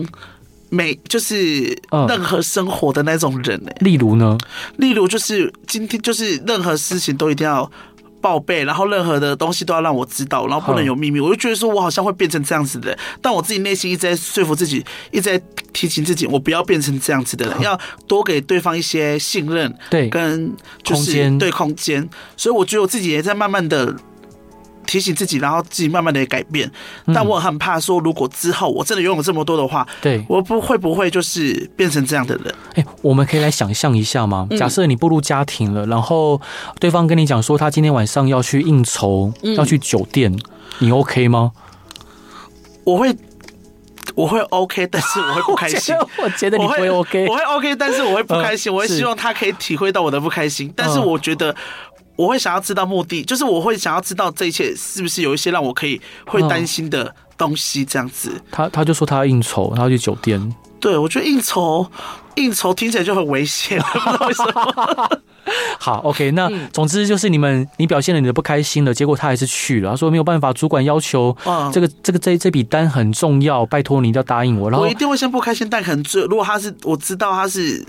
B: 每就是
A: 嗯
B: 任何生活的那种人呢、
A: 例如呢？
B: 例如就是今天就是任何事情都一定要报备，然后任何的东西都要让我知道，然后不能有秘密。我就觉得说我好像会变成这样子的人，但我自己内心一直在说服自己，一直在提醒自己，我不要变成这样子的人，要多给对方一些信任
A: 对，
B: 跟就是
A: 空间
B: 对空间。所以我觉得我自己也在慢慢的。提醒自己，然后自己慢慢的改变。
A: 嗯
B: 但我很怕说，如果之后我真的拥有这么多的话，
A: 对，
B: 我不会不会就是变成这样的人？
A: 哎，我们可以来想象一下吗？
B: 嗯
A: 假设你步入家庭了，然后对方跟你讲说他今天晚上要去应酬，
B: 嗯
A: 要去酒店，你 OK 吗？
B: 我会我会 OK，但 是我会不开心。
A: 我觉得我觉得你不会 OK
B: 我会 OK，但是我会不开心，
A: 嗯
B: 我会
A: 是嗯
B: 希望他可以体会到我的不开心。但是我觉得我会想要知道目的，就是我会想要知道这一切是不是有一些让我可以会担心的东西，这样子。
A: 他他就说他要应酬，他要去酒店。
B: 对，我觉得应酬应酬听起来就很危险，不知道为什么。
A: 好，OK，那总之就是你们你表现了你的不开心了，结果他还是去了，他说没有办法，主管要求
B: 嗯
A: 这个这个这这笔单很重要，拜托你一定要答应我。然后
B: 我一定会先不开心，但可能最如果他是我知道他是。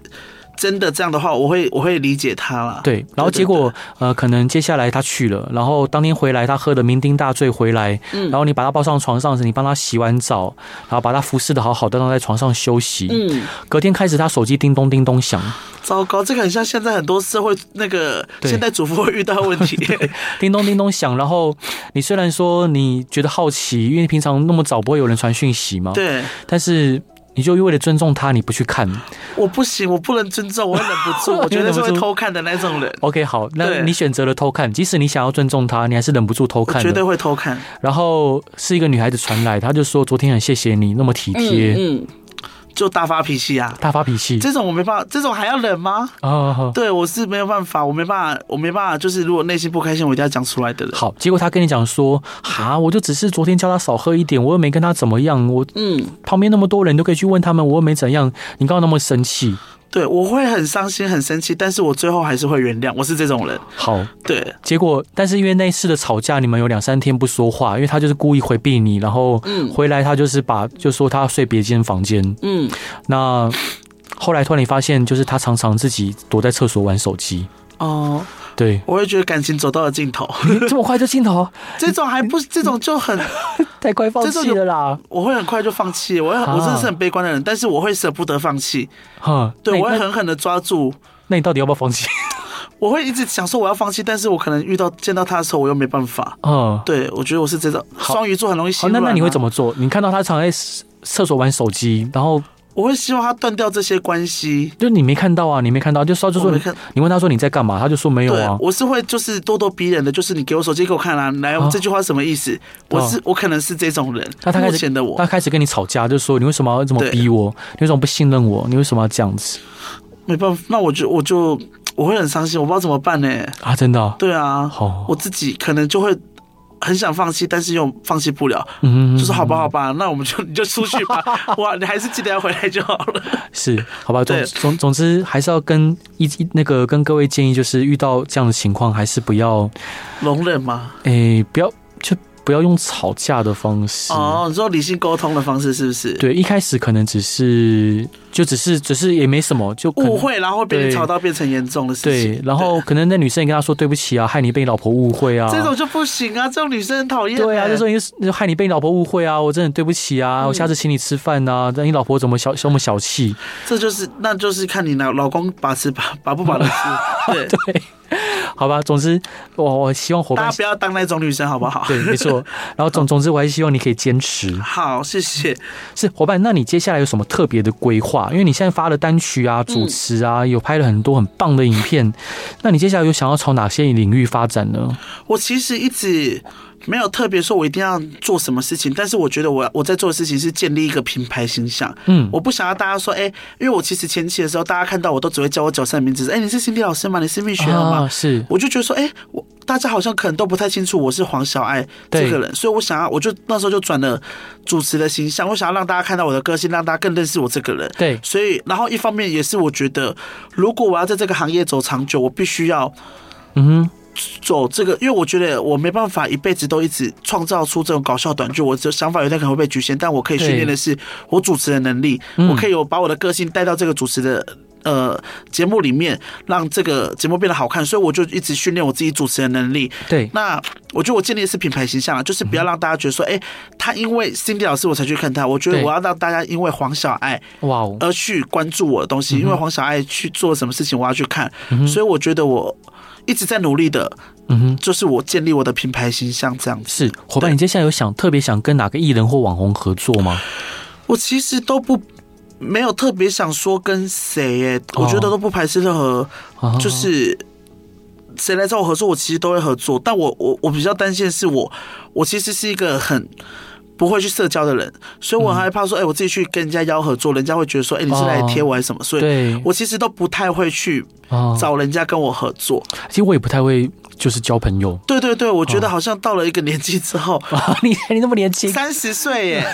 B: 真的这样的话，我会我会理解他啦。
A: 对，然后结果呃，可能接下来他去了，然后当天回来，他喝的酩酊大醉回来，然后你把他抱上床上时，你帮他洗完澡，然后把他服侍的好好的，让他在床上休息。
C: 嗯，
A: 隔天开始，他手机叮咚叮咚响，
B: 糟糕，这个很像现在很多社会那个
A: 对
B: 现代主妇会遇到的 问题。
A: 叮咚叮咚响。然后你虽然说你觉得好奇，因为平常那么早不会有人传讯息嘛，
B: 对，
A: 但是你就为了尊重他，你不去看。
B: 我不行，我不能尊重，我会忍不 住，我觉得是会偷看的那种人，
A: OK，好，那
B: 对
A: 你选择了偷看，即使你想要尊重他，你还是忍不住偷
B: 我
A: 看
B: 绝对
A: 了。
B: 会偷看。
A: 然后是一个女孩子传来，她就说昨天很谢谢你那么体贴，
C: 嗯
B: 就大发脾气啊！
A: 大发脾气
B: 这种我没办法，这种还要忍吗？
A: 啊、哦
B: 对，我是没有办法，我没办法，我没办法，就是如果内心不开心，我一定要讲出来的人。
A: 好，结果她跟你讲说，哈，我就只是昨天叫她少喝一点，我又没跟她怎么样，我
C: 嗯
A: 旁边那么多人都可以去问他们，我又没怎样，你刚刚那么生气，
B: 对，我会很伤心、很生气，但是我最后还是会原谅，我是这种人。
A: 好，
B: 对，
A: 结果，但是因为那次的吵架，你们有两三天不说话，因为他就是故意回避你，然后回来他就是把就说他睡别间房间。
C: 嗯
A: 那后来突然你发现，就是他常常自己躲在厕所玩手机。
B: 哦、
A: 对，
B: 我会觉得感情走到了尽头，
A: 这么快就尽头，
B: 这种还不，这种就很，
A: 太快放弃了啦！
B: 我会很快就放弃。我会，
A: 啊
B: 我真的是很悲观的人，但是我会舍不得放弃，
A: 哈，
B: 对
A: 那
B: 我会
A: 那
B: 狠狠的抓住。
A: 那你到底要不要放弃？
B: 我会一直想说我要放弃，但是我可能遇到见到他的时候，我又没办法。
A: 嗯，
B: 对，我觉得我是这种双鱼座很容易心
A: 好，
B: 软、
A: 哦
B: 啊
A: 那那你会怎？么做？你看到他常在厕所玩手机，然后
B: 我会希望他断掉这些关系。
A: 就你没看到啊，你没看到，就说就说
B: 我没
A: 你
B: 看，
A: 你问他说你在干嘛，他就说没有
B: 对
A: 啊，。
B: 我是会就是咄咄逼人的，就是你给我手机给我看啊，来，
A: 哦
B: 这句话什么意思？我是我可能是这种人，
A: 那他开
B: 目
A: 始
B: 前的我
A: 他，开始跟你吵架，就说你为什么要这么
B: 对
A: 逼我？你为什么不信任我？你为什么要这样子
B: 没办法，那我就我就我会很伤心，我不知道怎么办呢、
A: 啊？真的、
B: 对啊，
A: 好
B: 我自己可能就会很想放弃，但是又放弃不了，
A: 嗯，
B: 就是好吧，好吧，那我们就你就出去 吧，哇，你还是记得要回来就好了。
A: 是好吧？总
B: 对
A: 总总之，还是要跟一一那个跟各位建议，就是遇到这样的情况，还是不要
B: 容忍吗？
A: 诶、不要就不要用吵架的方式。
B: 哦，你说理性沟通的方式是不是？
A: 对，一开始可能只是就只是只是也没什么，就可能
B: 误会，然后会被
A: 对
B: 你吵到变成严重的事情。
A: 对，然后可能那女生也跟他说对不起啊，害你被你老婆误会啊，
B: 这种就不行啊，这种女生很嗯讨厌、
A: 对啊，
B: 欸
A: 就说你害你被你老婆误会啊，我真的很对不起啊，我下次请你吃饭呐、啊，但你老婆怎么小这么小气？
B: 这就是，那就是看你老老公把持把把不把 得住。对，
A: 好吧，总之我我希望伙
B: 大
A: 伴
B: 家不要当那种女生，好不好？
A: 对，没错。然后总总之，我还是希望你可以坚持。
B: 好，谢谢。
A: 是伙伴，那你接下来有什么特别的规划？因为你现在发了单曲啊、主持啊，有拍了很多很棒的影片，那你接下来有想要朝哪些领域发展呢？
B: 我其实一直没有特别说我一定要做什么事情，但是我觉得我我在做的事情是建立一个品牌形象。
A: 嗯
B: 我不想要大家说，哎、因为我其实前期的时候，大家看到我都只会叫我角色的名字，哎、你是心理老师吗？你是蜜雪儿吗？
A: 啊，是
B: 我就觉得说，哎、我大家好像可能都不太清楚我是黄小爱
A: 对
B: 这个人，所以我想要，我就那时候就转了主持的形象，我想要让大家看到我的个性，让大家更认识我这个人。
A: 对
B: 所以，然后一方面也是我觉得，如果我要在这个行业走长久，我必须要
A: 嗯哼，
B: 走这个，因为我觉得我没办法一辈子都一直创造出这种搞笑短剧，我的想法有点可能会被局限，但我可以训练的是我主持的能力，
A: 嗯
B: 我可以有把我的个性带到这个主持的。呃，节目里面让这个节目变得好看，所以我就一直训练我自己主持的能力。
A: 对，
B: 那我觉得我建立的是品牌形象啊，就是不要让大家觉得说，哎、他因为 Cindy 老师我才去看他，我觉得
A: 对
B: 我要让大家因为黄小爱
A: 哇哦，
B: 而去关注我的东西，因为黄小爱去做什么事情，我要去看，所以我觉得我一直在努力的，
A: 嗯哼，
B: 就是我建立我的品牌形象这样子。
A: 是伙伴，
B: 对
A: 你接下来有想特别想跟哪个艺人或网红合作吗？
B: 我其实都不没有特别想说跟谁耶、
A: 哦
B: 我觉得都不排斥任何，
A: 啊，
B: 就是谁来找我合作，我其实都会合作。但我我我比较担心的是我，我其实是一个很。不会去社交的人，所以我很害怕说，哎、我自己去跟人家邀合作，人家会觉得说，哎、你是来贴我还是什么？所以，
A: 啊嗯对，
B: 我其实都不太会去
A: 啊，
B: 找人家跟我合作。
A: 其实我也不太会，就是交朋友
B: 对对对，我觉得好像到了一个年纪之后，
A: 啊， 你你那么年轻，
B: 三十岁耶，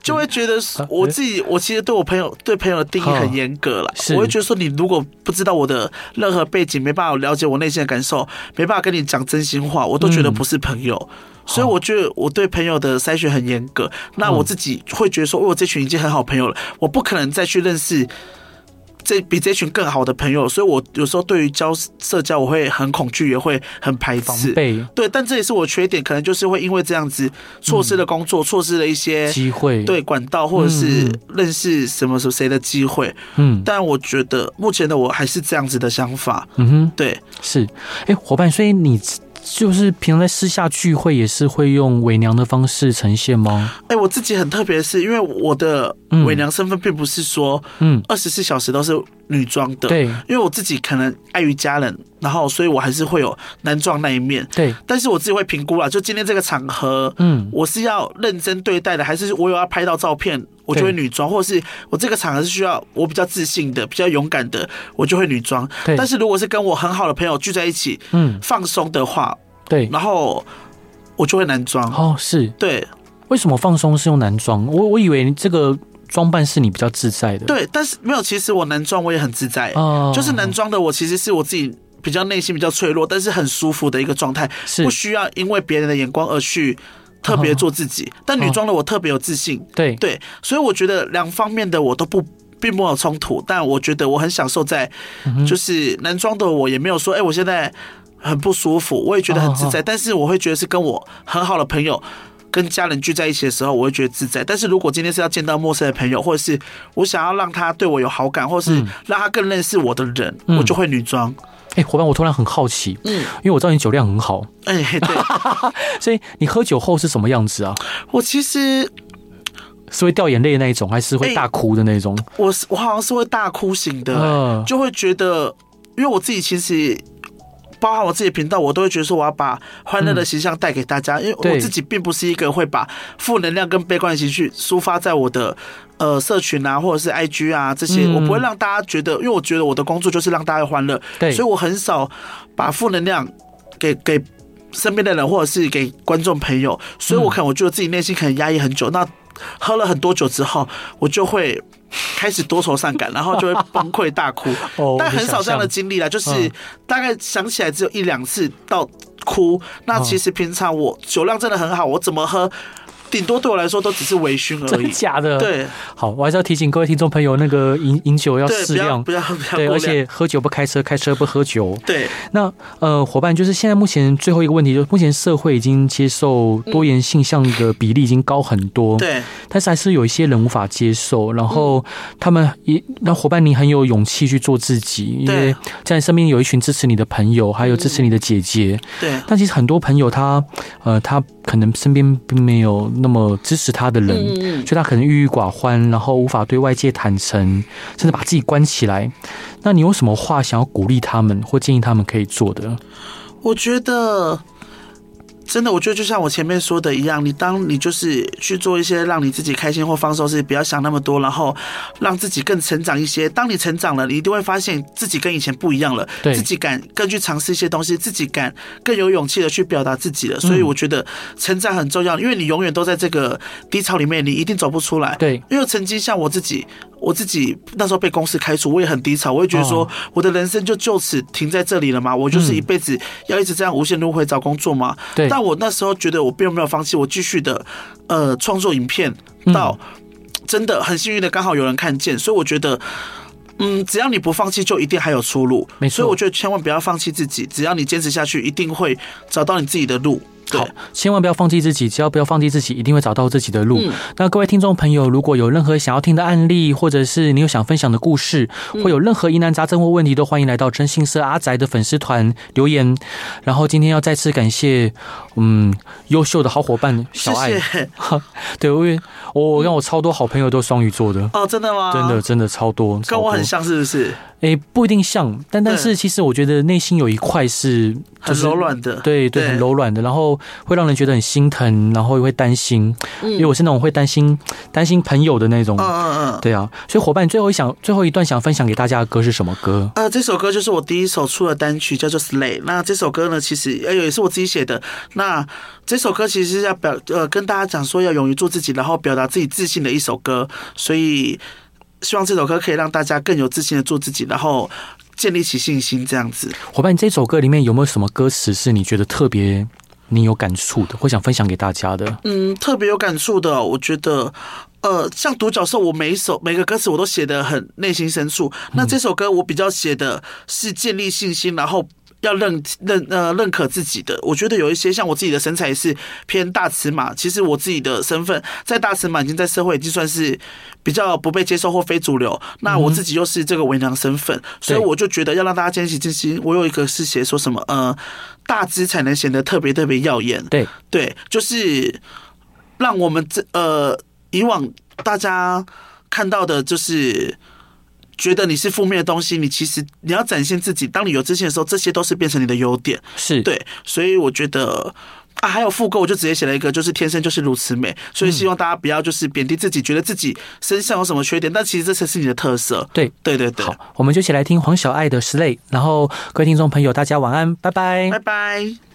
B: 就会觉得是我自己，我其实对我朋友对朋友的定义很严格了
A: 啊是。
B: 我会觉得说，你如果不知道我的任何背景，没办法了解我内心的感受，没办法跟你讲真心话，我都觉得
A: 嗯
B: 不是朋友。所以我觉得我对朋友的筛选很严格。那我自己会觉得说，哦我这群已经很好朋友了，我不可能再去认识。这比这群更好的朋友，所以我有时候对于交社交我会很恐惧，也会很排
A: 防
B: 斥。
A: 备
B: 对，但这也是我缺点，可能就是会因为这样子错失了工
A: 嗯
B: 作，错失了一些
A: 机会，
B: 对，管道或者是
A: 嗯
B: 认识什么什么谁的机会。
A: 嗯
B: 但我觉得目前的我还是这样子的想法。
A: 嗯哼，
B: 对，
A: 是，哎，伙伴，所以你就是平常在私下聚会也是会用伪娘的方式呈现吗？
B: 哎、我自己很特别的是，因为我的
A: 嗯
B: 伪娘身份并不是说
A: 嗯，
B: 二十四小时都是女装的，，
A: 对
B: 因为我自己可能碍于家人，然后所以我还是会有男装那一面，
A: 对，
B: 但是我自己会评估啦，就今天这个场合，
A: 嗯
B: 我是要认真对待的，还是我有要拍到照片，我就会女装，或者是我这个场合是需要我比较自信的、比较勇敢的，我就会女装。
A: 对
B: 但是如果是跟我很好的朋友聚在一起
A: 嗯
B: 放松的话，
A: 对，
B: 然后我就会男装。
A: 哦是，
B: 对
A: 为什么放松是用男装？我我以为这个装扮是你比较自在的，
B: 对，但是没有，其实我男装我也很自在，
A: 哦
B: 就是男装的我其实是我自己。比较内心比较脆弱，但是很舒服的一个状态，
A: 是哦
B: 不需要因为别人的眼光而去特别做自己。但女装的我特别有自信，
A: 对
B: 对，所以我觉得两方面的我都不。并没有冲突，但我觉得我很享受在，就是男装的我也没有说，哎、我现在很不舒服，我也觉得很自在，但是我会觉得是跟我很好的朋友、跟家人聚在一起的时候，我会觉得自在。但是如果今天是要见到陌生的朋友，或者是我想要让他对我有好感，或是让他更认识我的人，
A: 嗯
B: 我就会女装。
A: 哎，伙伴，我突然很好奇，
B: 嗯，
A: 因为我知道你酒量很好，
B: 哎、对
A: 所以你喝酒后是什么样子啊？
B: 我其实
A: 是会掉眼泪的那一种，还是会
B: 哎
A: 大哭的那种？
B: 我是我好像是会大哭型 的、
A: 嗯
B: 就会觉得，因为我自己其实。包含我自己的频道，我都会觉得说我要把欢乐的形象带给大家，因为
A: 嗯对
B: 我自己并不是一个会把负能量跟悲观的情绪抒发在我的呃社群啊，或者是 IG 啊这些，
A: 嗯
B: 我不会让大家觉得，因为我觉得我的工作就是让大家欢乐，
A: 对
B: 所以我很少把负能量给给身边的人或者是给观众朋友，所以
A: 嗯
B: 我可能我觉得自己内心可能压抑很久，那喝了很多酒之后，我就会开始多愁善感，然后就会崩溃大哭。
A: 哦
B: 但很少这样的经历啦，就是
A: 嗯
B: 大概想起来只有一两次到哭。那
A: 嗯
B: 其实平常我酒量真的很好，我怎么喝，顶多对我来说都只是微醺而
A: 真的
B: 已。
A: 假的？，
B: 对
A: 好，我还是要提醒各位听众朋友，那个饮饮酒要
B: 对，
A: 适
B: 不要
A: 量，
B: 不要不要
A: 对，
B: 过
A: 而
B: 量。
A: 且喝酒不开车，开车不喝酒。
B: 对，
A: 那呃，伙伴，就是现在目前最后一个问题，就是目前社会已经接受多元性向的比例已经高很多，
B: 对，嗯
A: 但是还是有一些人无法接受，然后他们也那伙伴，你很有勇气去做自己，因为
B: 对
A: 在身边有一群支持你的朋友，还有支持你的姐姐，
B: 对，
A: 但其实很多朋友他呃，他可能身边并没有那么支持他的人，
B: 嗯嗯
A: 所以他可能郁郁寡欢，然后无法对外界坦诚，甚至把自己关起来。那你有什么话想要鼓励他们，或建议他们可以做的？
B: 我觉得。真的，我觉得就像我前面说的一样，你当你就是去做一些让你自己开心或放松的事，不要想那么多，然后让自己更成长一些。当你成长了，你一定会发现自己跟以前不一样了，
A: 对
B: 自己敢更去尝试一些东西，自己敢更有勇气的去表达自己了。所以我觉得成长很重要，因为你永远都在这个低潮里面，你一定走不出来。
A: 对，
B: 因为曾经像我自己，我自己那时候被公司开除，我也很低潮，我也觉得说
A: 哦嗯
B: 我的人生就就此停在这里了嘛，我就是一辈子要一直这样无限轮回找工作嘛。
A: 对
B: 但我那时候觉得我并没有放弃，我继续的呃创作影片到。
A: 嗯
B: 真的很幸运的，刚好有人看见，所以我觉得，嗯，只要你不放弃，就一定还有出路。
A: 没错
B: 所以我觉得千万不要放弃自己，只要你坚持下去，一定会找到你自己的路。对
A: 好，千万不要放弃自己，只要不要放弃自己，一定会找到自己的路。
B: 嗯
A: 那各位听众朋友，如果有任何想要听的案例，或者是你有想分享的故事，
B: 嗯
A: 或有任何疑难杂症或问题，都欢迎来到真心社阿宅的粉丝团留言。然后今天要再次感谢，嗯，优秀的好伙伴小爱，
B: 谢谢。
A: 对，因为我我让我超多好朋友都双鱼座的。
B: 哦，真的吗？
A: 真的，，真的超多，超
B: 跟我
A: 多
B: 很像，是不是？
A: 诶、不一定像，但但
B: 对
A: 是其实我觉得内心有一块是、就
B: 很
A: 是
B: 柔软的，
A: 对对，很柔软的，然后会让人觉得很心疼，然后也会担心，因为我是那种会担心担心朋友的那种
B: 嗯。嗯嗯。
A: 对啊，所以伙伴，你最后一想最后一段想分享给大家的歌是什么歌？
B: 呃，这首歌就是我第一首出的单曲，叫做《Slay》。那这首歌呢，其实呃也是我自己写的。那这首歌其实是要表呃跟大家讲说要勇于做自己，然后表达自己自信的一首歌。所以希望这首歌可以让大家更有自信的做自己，然后建立起信心，这样子。
A: 伙伴，你这首歌里面有没有什么歌词是你觉得特别你有感触的，或想分享给大家的？
B: 嗯，特别有感触的，我觉得，呃，像独角兽，我每一首每个歌词我都写的很内心深处。那这首歌我比较写的是建立信心，然后要认认呃认可自己的。我觉得有一些像我自己的身材是偏大尺码，其实我自己的身份在大尺码已经在社会已经算是比较不被接受或非主流。那我自己又是这个为娘身份，所以我就觉得要让大家建立信心。我有一个是写说什么呃，大只才能显得特别特别耀眼。
A: 对，
B: 对，就是让我们这呃以往大家看到的，就是觉得你是负面的东西，你其实你要展现自己。当你有自信的时候，这些都是变成你的优点。
A: 是，
B: 对，所以我觉得。啊，还有副歌，我就直接写了一个，就是天生就是如此美，所以希望大家不要就是贬低自己，觉得自己身上有什么缺点，但其实这才是你的特色。
A: 对，
B: 对对对，
A: 好，我们就一起来听黄小爱的《s l a y 然后各位听众朋友，大家晚安，拜拜
B: 拜拜。